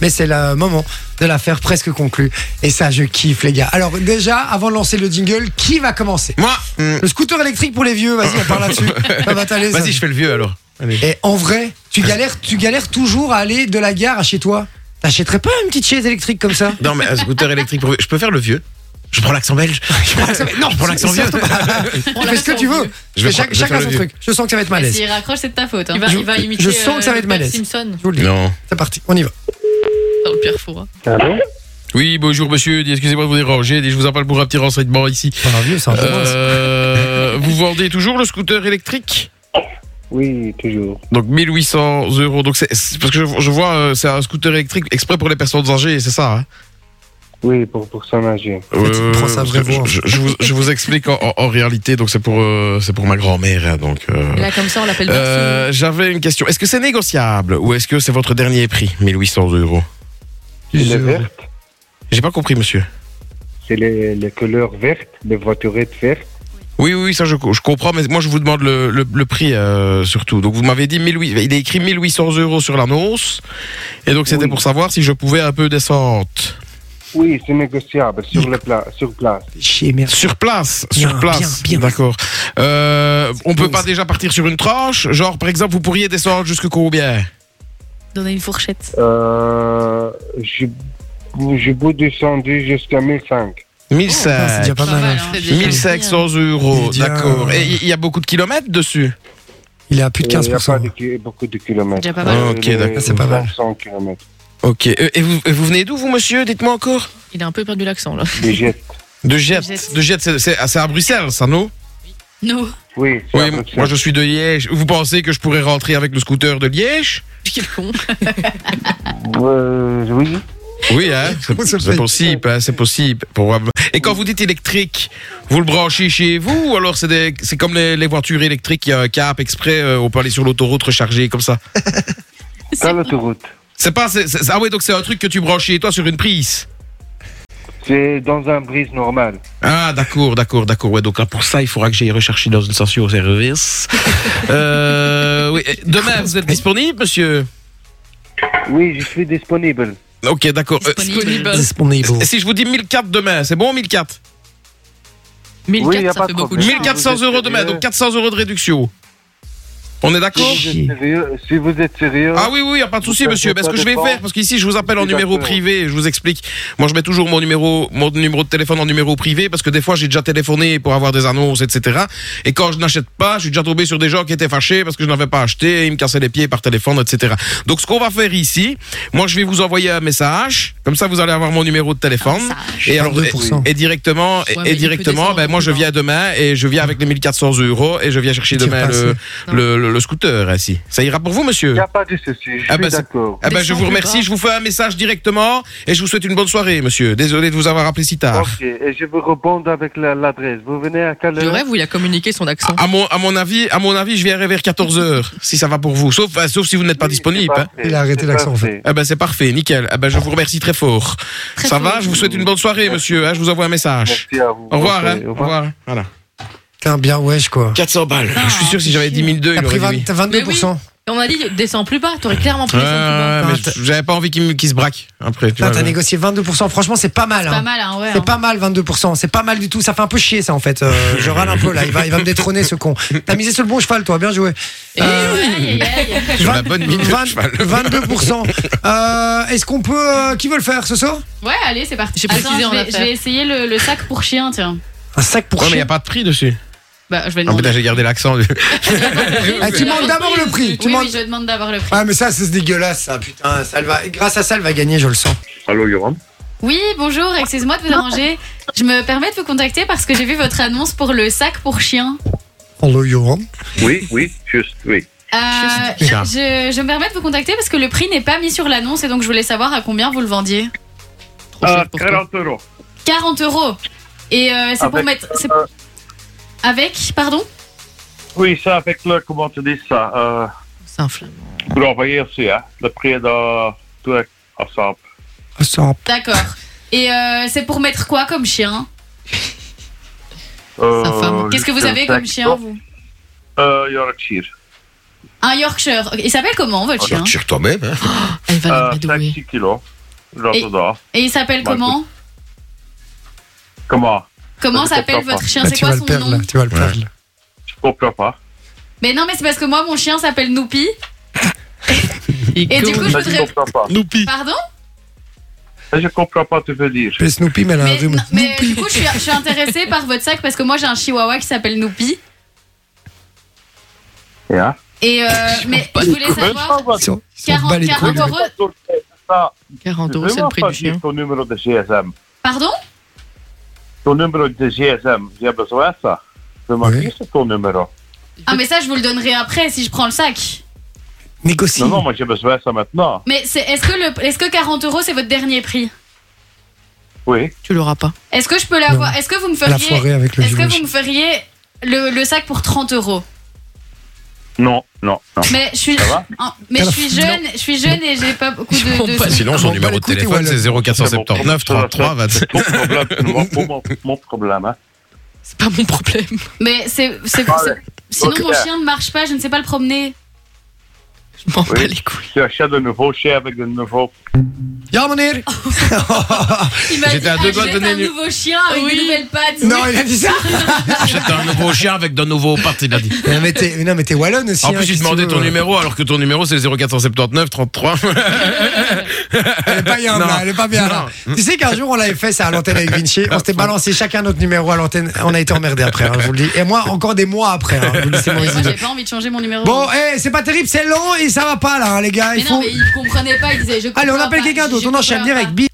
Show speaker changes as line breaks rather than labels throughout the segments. mais c'est le moment de la faire presque conclue. Et ça, je kiffe, les gars. Alors, déjà, avant de lancer le jingle, qui va commencer
Moi hum,
Le scooter électrique pour les vieux, vas-y, on parle là-dessus. Ça va, t'as les-
Vas-y, je fais le vieux alors. Allez.
Et en vrai, tu galères, tu galères toujours à aller de la gare à chez toi. T'achèterais pas une petite chaise électrique comme ça
Non, mais un scooter électrique pour... Je peux faire le vieux Je prends l'accent belge Je prends l'accent belge Non, je prends l'accent vieux
Surtout
On
Tu fais ce que
l'attend,
tu veux.
vieux.
Je vais
Chac-
prendre- je vais
Chacun
faire
son
le vieux.
truc. Je sens que ça va être
Et
malaise.
S'il raccroche, c'est de ta faute. hein.
Il
Il
va-
va,
Je- il va imiter, je sens que ça va euh, être Bart malaise.
Simpson Oh,
Je vous le dis.
Non.
C'est parti, on y va.
dans le pire four.
Ah
Oui, bonjour monsieur, excusez-moi de vous déranger, je vous appelle pour un petit renseignement ici.
un vieux, c'est un
Euh, vous vendez toujours le scooter électrique
Oui, toujours.
Donc 1800 euros, donc c'est c'est- parce que je, je vois euh, c'est un scooter électrique exprès pour les personnes âgées, c'est ça hein Euh,
Oui, pour, pour son âge.
fait, tu prends sa
parce
vraie
que
voix.
je, je- je vous, je vous explique en, en- en réalité, donc c'est pour euh, c'est pour ma grand-mère, hein, donc. euh,
Là, comme ça, on l'appelle
euh, J'avais une question. Est-ce que c'est négociable ou est-ce que c'est votre dernier prix, 1800 euros
C'est les vertes,
J'ai pas compris, monsieur.
c'est les, les couleurs vertes, les voiturettes vertes.
Oui, oui, oui, ça je, je comprends, mais moi je vous demande le, le, le prix euh, surtout. Donc vous m'avez dit 1800, il est écrit 1800 euros sur l'annonce, et donc c'était
Oui.
pour savoir si je pouvais un peu descendre.
Oui, c'est négociable sur, le pla- sur place.
Chier, merde.
Sur place,
Bien,
sur place,
bien, bien.
d'accord. Euh, on peut
bon,
pas
ça.
déjà partir sur une tranche, genre par exemple vous pourriez descendre jusque combien
Donner une fourchette.
Euh, je, je bout descendu jusqu'à 1005.
Oh,
Ah, c'est
1500,
déjà pas mal. hein.
hein.
1500 euros,
Il y a-
d'accord. Et il y a beaucoup de kilomètres dessus.
Il est à plus de
Et Il n'y a pas
15%.
de ki- beaucoup de kilomètres.
Déjà pas mal.
Ah, ok, d'accord,
c'est pas mal.
100 kilomètres.
Ok. Et et vous, et vous venez d'où vous monsieur Dites-moi encore.
Il a un peu perdu l'accent là.
Des jets.
De Jette.
De Jette.
De Jette, c'est- c'est ah, c'est à Bruxelles, ça non
Non.
Oui, c'est
Oui,
à
m-
Bruxelles.
moi je suis de Liège. Vous pensez que je pourrais rentrer avec le scooter de Liège
Quel con.
Euh, oui,
Oui, hein, c'est-
Comment ça
c'est
fait
possible, hein, c'est possible. Probable. Et quand vous dites électrique, vous le branchez chez vous ou alors c'est des- c'est comme les, les voitures électriques, il y a un cap exprès, euh, on peut aller sur l'autoroute recharger comme ça.
t'as l'autoroute.
C'est pas, c'est- c'est- ah oui, donc c'est un truc que tu branches chez toi sur une prise.
C'est dans un brise normal.
Ah d'accord, d'accord, d'accord. Ouais, donc là, pour ça, il faudra que j'aille rechercher dans une station service. euh, oui. et Demain, vous êtes disponible, monsieur
Oui, je suis disponible.
Ok, d'accord. Euh,
Disponible.
Disponible.
si je vous dis 1004 demain, c'est bon 1004
Oui, y a
1400,
pas
ça fait
de
beaucoup de
problème.
choses.
1400 euros demain, donc 400 euros de réduction. On est d'accord
Si vous êtes sérieux, si vous êtes sérieux
ah oui, oui, y a pas de souci,
Ça,
monsieur.
ça,
Ben, ce
ça
que je vais
dépend.
faire, parce qu'ici, je vous appelle en
Exactement.
numéro privé, je vous explique. Moi, je mets toujours mon numéro, mon numéro de téléphone en numéro privé, parce que des fois, j'ai déjà téléphoné pour avoir des annonces, etc. Et quand je n'achète pas, je suis déjà tombé sur des gens qui étaient fâchés parce que je n'avais pas acheté, et ils me cassaient les pieds par téléphone, etc. Donc, ce qu'on va faire ici, moi, je vais vous envoyer un message. Comme ça, vous allez avoir mon numéro de téléphone. Et alors,
22%.
et, et directement, et-
Ouais,
et,
mais il peut
directement,
descendre
ben moi je
plus bas.
viens demain et je viens avec les 1400 euros et je viens chercher
Tire
demain
pas
le,
assez.
le, le- le scooter ainsi. Ça ira pour vous,
Il
monsieur
n'y a pas de souci, je
Ah
suis
bah, c'est-
d'accord.
ah ben, je
Descends
vous
plus
remercie,
bas.
je vous fais un message directement et je vous souhaite une bonne soirée, monsieur. Désolé de vous avoir appelé si tard.
Ok, et je vous rebonde avec la- l'adresse. Vous venez à quelle
Le
heure
rêve où il a communiqué son accent.
À mon, à mon avis, à mon avis, je viendrai vers 14 heures, si ça va pour vous. Sauf, enfin, sauf si vous n'êtes pas
Oui,
disponible.
c'est
hein.
parfait,
Il a arrêté
c'est
l'accent, en
parfait.
Ah ben, c'est parfait, nickel. Ah ben, je vous remercie très fort.
Très
ça va,
fort.
je vous souhaite une bonne soirée, monsieur. hein, je vous envoie un message.
Merci à vous.
Au revoir,
Ok,
hein.
au
Au
revoir.
revoir. Voilà.
Putain, bien wesh, quoi.
400 balles.
Ah,
je suis sûr que si j'avais 10 000 deux,
T'as
il
pris
aurait dit
20
oui.
22%.
Et on a dit, descends plus bas. T'aurais clairement pu
Ouais,
descendre
ouais,
Enfin,
mais
t'as-
j'avais pas envie qu'il me- qu'il se braque après. tu
Putain,
vois.
T'as négocié 22%. Franchement, c'est pas mal.
plus bas. Pas
hein.
mal, hein, ouais. hein.
C'est pas mal 22%, c'est pas mal du tout, ça fait un peu chier ça en fait. Euh, je râle un peu là, il va, il va me détrôner ce con. T'as misé sur le bon cheval toi, bien joué.
Et-
euh.
aïe, aïe, aïe.
Sur la
20
bonne mine de
20
cheval.
22%. Euh, Est-ce qu'on peut... euh, qui veut le faire ce soir
Ouais, allez, c'est parti. J'ai
Attends,
précisé
je
en
vais, je vais
affaires.
essayer le, le sac pour chien, tiens.
Un sac pour
Ouais, mais
chien.
y a pas de prix dessus.
Bah, je vais
Ah putain,
demander.
j'ai gardé l'accent.
Ah, tu demandes d'abord le prix. Tu
Oui,
demandes-
oui, je demande d'avoir le prix.
Ah mais ça c'est dégueulasse ça putain ça elle va grâce à ça elle va gagner je le sens.
Allô, Yoram
Oui, bonjour, excusez-moi de vous déranger. Je me permets de vous contacter parce que j'ai vu votre annonce pour le sac pour chien.
Hello Yoram.
Oui, oui, juste, oui.
Euh,
Chien.
je, je me permets de vous contacter parce que le prix n'est pas mis sur l'annonce et donc je voulais savoir à combien vous le vendiez.
Trop cher
Ah,
pour toi.
euros.
40 euros. Et euh, c'est pour
Avec,
mettre. c'est-
euh,
Avec, pardon
Oui, ça avec le, comment tu dis ça, euh,
C'est un flamme.
pour envoyer aussi, hein, le prix de tout ensemble.
D'accord. Et euh, c'est pour mettre quoi comme chien
Euh,
Sa femme.
Qu'est-ce que vous avez comme chien, vous
Euh, Yorkshire.
Un Yorkshire. Il s'appelle comment, votre chien
Sur toi-même.
Elle va
Euh,
la madouer.
5 kilos. Rotterdam.
Et il s'appelle
Bah,
comment
Comment
Comment
je comprends
s'appelle
pas.
votre chien
Là,
C'est
Bah, tu vas
quoi
le
son
perdre, là.
nom
Tu vas le
Ouais.
perdre. là.
Je comprends pas.
Mais non, mais c'est parce que moi, mon chien s'appelle Noupi. Et du coup, je
Ça, je
voudrais.
comprends pas.
Noupi.
Pardon
Ça, je comprends pas, tu veux dire.
Puis Snoopy, Ah, mais elle a un
mais,
rhume.
non, mais du coup, je suis, je suis intéressée par votre sac parce que moi, j'ai un chihuahua qui s'appelle Noupi.
Ja.
Et euh, mais je voulais savoir.
Ils sont, ils sont
40,
bas les
40
couilles.
euros.
Ça, je
40 euros,
veux
c'est le
vraiment
prix
pas
du chien.
dire ton numéro de GSM.
Pardon
Ton numéro de GSM, j'ai besoin de ça. Je m'en
Oui.
dis, c'est ton numéro.
Ah, mais ça, je vous le donnerai après si je prends le sac.
Négocie.
Non, non, moi j'ai besoin de ça maintenant.
Mais c'est- est-ce que, le- est-ce que 40 euros, c'est votre dernier prix
Oui.
Tu l'auras pas.
Est-ce que je peux l'avoir Est-ce que vous me
Elle a
feriez.
foiré avec le
Est-ce que vous
juge.
me feriez le, le sac pour 30 euros
Non, non, non.
Mais je suis,
Ça va
Ah, mais je suis jeune, je suis jeune et j'ai pas beaucoup
Je
de. de-
comprends pas.
Sinon, son
Bon, bah,
numéro de
écoutez,
téléphone,
voilà.
c'est 0479 33 27.
Mon problème, mon, mon, mon problème, hein.
C'est pas mon problème.
Mais c'est, c'est-
Allez.
c'est- sinon
Ah Ok.
mon chien ne marche pas, je ne sais pas le promener.
Je m'en
Oui.
bats les couilles.
Tu achètes euh, de nouveau chien avec de nouveau.
Ya, mon air
Il m'a
J'étais à
dit,
deux doigts de
achète
donner
un
une-
nouveau chien avec
Oui.
des nouvelles pattes.
Non, il a dit ça
J'étais un nouveau chien avec de nouveaux pattes, il a dit.
Mais Non, mais t'es mais non, mais t'es wallonne aussi.
En
hein,
plus, il
qu'est-ce que
demandait
tu
ton
veux
numéro, alors que ton numéro, c'est 0479 33.
Elle est pas bien,
Non.
là, elle est pas bien. là. Tu sais qu'un jour, on l'avait fait ça à l'antenne avec Vinci. On s'était balancé chacun notre numéro à l'antenne. On a été emmerdés après, hein, je vous le dis. Et moi, encore des mois après. hein, je vous le dis, c'est
Et
mauvais
moi
idée.
j'ai pas envie de changer mon numéro.
Bon, eh, c'est pas terrible, c'est long et ça va pas là, hein, les gars.
mais
Il
non,
faut...
mais il comprenait pas, il disait je
Allez, on
comprends
appelle
pas, hein.
quelqu'un
je
d'autre. On enchaîne
comprends pas. Ah,
direct. Bi.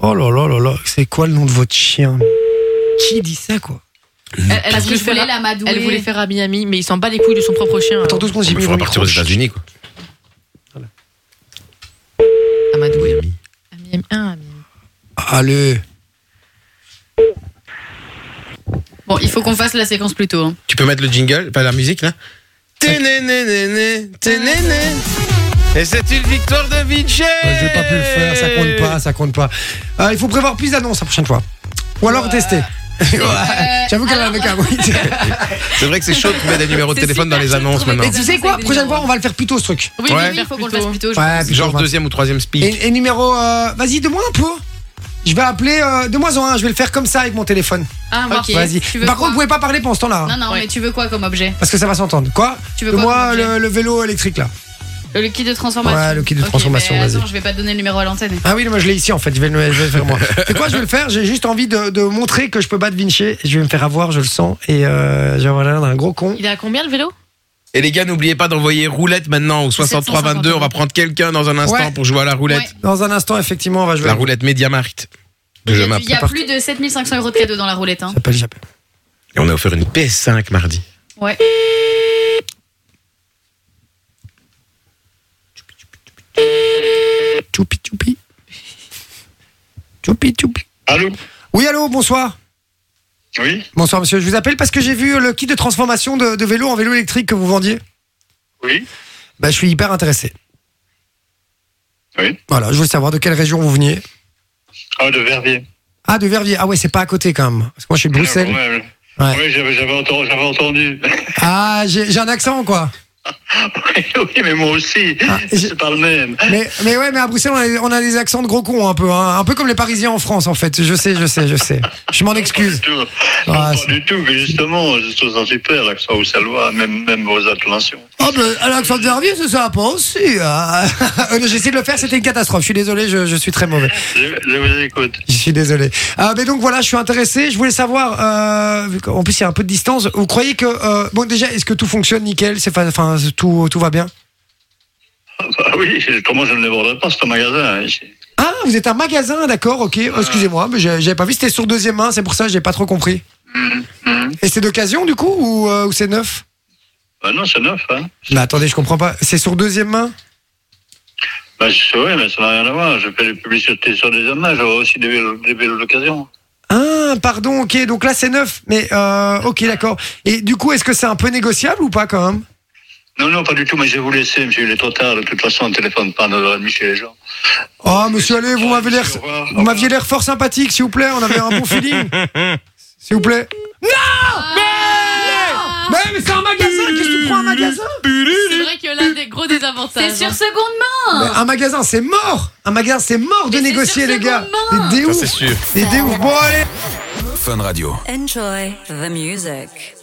Oh là là là là, c'est quoi le nom de votre chien Qui dit ça, quoi
Elle, elle
Parce
dit,
que
je
je fais
voulais
la-
la madouer.
Elle voulait faire à Miami, mais il s'en bat les couilles de son propre chien.
Attends deux secondes, j'ai
Il
mis
faudra
mon
partir aux
micro.
États-Unis, quoi.
Amadou. À Miami. Ah, à Miami.
Allez,
Bon, il faut qu'on fasse la séquence plus tôt. hein.
Tu peux mettre le jingle, pas la musique, là Ténénénéné, ténéné. Et c'est une victoire de Vinci
Ouais, Euh, j'ai pas pu le faire, ça compte pas, ça compte pas. Euh, il faut prévoir plus d'annonces la prochaine fois. Ou alors tester. Ouais.
Euh,
J'avoue qu'elle en avait qu'un. oui.
C'est vrai que c'est chaud de mettre des numéros de
C'est
téléphone dans
super
les
chaud de
annonces
trouver
maintenant.
Mais tu sais quoi
Des
Prochaine
numéros.
fois, on va le faire plus tôt ce truc.
Oui,
Ouais.
oui, il faut qu'on le
Plutôt.
fasse plus tôt. je
Ouais,
pense.
puis
Genre
on va-
deuxième ou troisième speak.
Et, et numéro. euh, Vas-y, de moi un peu. Je vais appeler euh, de moins en un. Je vais le faire comme ça avec mon téléphone.
Ah, moi,
Ok.
Vas-y.
tu veux
Par
quoi
contre, vous pouvez pas parler pendant ce temps-là. hein,
Non, non,
Ouais.
mais tu veux quoi comme objet
Parce que ça va s'entendre. Quoi
Tu veux
De
quoi
moi,
comme objet
le, le vélo électrique là.
Le, le kit de transformation.
Ouais, le kit de
Ok,
transformation,
mais
vas-y.
Attends, je vais pas te donner le numéro à l'antenne.
Ah oui, non, mais je l'ai ici en fait. Je vais, le, je vais le faire moi. C'est quoi Je vais le faire. J'ai juste envie de, de montrer que je peux battre Vinci. Et je vais me faire avoir, je le sens. Et euh, j'ai l'air d'un gros con.
Il est à combien le vélo
Et les gars, n'oubliez pas d'envoyer roulette maintenant au 6322. On va prendre quelqu'un dans un instant
Ouais.
pour jouer à la roulette.
Dans un instant, effectivement, on va jouer.
La roulette Mediamarkt de
Il y
jeu
a,
map.
du- il y a plus de 7500 euros de cadeaux dans la roulette. Hein.
Ça s'appelle Japon.
Et on a offert une PS5 mardi.
Ouais.
Tchoupi tchoupi. Tchoupi tchoupi.
Allô
Oui, allô, bonsoir.
Oui
Bonsoir, monsieur. Je vous appelle parce que j'ai vu le kit de transformation de, de vélo en vélo électrique que vous vendiez.
Oui
Bah, je suis hyper intéressé.
Oui.
Voilà, je voulais savoir de quelle région vous veniez.
Ah, de Verviers.
Ah, de Verviers. Ah ouais, c'est pas à côté quand même. Parce que moi, je suis de
Ah,
Bruxelles.
quand même.
Ouais.
Oui, j'avais j'avais entendu. j'avais entendu.
Ah, j'ai j'ai un accent, quoi.
oui, mais moi aussi.
Ah, j'ai-
c'est pas le même.
Mais, mais ouais, mais à Bruxelles, on a, on a des accents de gros cons un peu. hein. Un peu comme les Parisiens en France, en fait. Je sais, je sais, je sais. Je m'en excuse.
Pas du tout.
Ah,
Non, pas
c'est-
du tout, mais justement, je trouve ça super, l'accent au Salois, même, même vos intonations.
Oh ben, l'accent de Verviers, c'est ça, pas aussi. hein. Euh, J'ai essayé de le faire, c'était une catastrophe. Je suis désolé, je, je suis très mauvais.
Je, je vous écoute.
Je suis désolé. Ah, mais donc voilà, je suis intéressé. Je voulais savoir, euh, vu qu'en- en plus il y a un peu de distance, vous croyez que... euh, bon déjà, est-ce que tout fonctionne nickel C'est fa- Enfin, tout, tout va bien
Bah oui, comment je ne les vendrais pas, ce magasin hein, ici
Ah, vous êtes un magasin, d'accord, ok. Oh, Excusez-moi, mais j'ai- j'avais pas vu, c'était sur deuxième main, c'est pour ça que j'ai pas trop compris. Et c'est d'occasion du coup ou, euh, ou c'est neuf
Bah non, c'est neuf, hein.
Mais attendez, je comprends pas. C'est sur deuxième main
Bah, c'est vrai, mais ça n'a rien à voir. Je fais des publicités sur des hommages, j'aurais aussi des vélos des vélos d'occasion.
Ah, pardon, ok, donc là c'est neuf, mais euh, ok, d'accord. Et du coup, est-ce que c'est un peu négociable ou pas quand même
Non, non, pas du tout, mais je vais vous laisser, monsieur, il est trop tard. De toute façon, on ne téléphone pas à 9h30 chez les gens.
Oh, monsieur, allez, vous m'avez l'air,
Au revoir, au
vous
revoir.
m'aviez l'air fort sympathique, s'il vous plaît. On avait un bon feeling.
Ah
S'il vous plaît. Non mais, mais, mais c'est un magasin. Qu'est-ce que tu prends un magasin
C'est vrai que l'un des gros désavantages.
C'est sur
seconde
Mais Un magasin, c'est mort Un magasin, c'est mort de
Ah Mais c'est
négocier,
sur
les gars
seconde main.
Des
Ça, c'est
ouf
sûr.
Des ouf Bon, allez
Fun Radio.
Enjoy the music.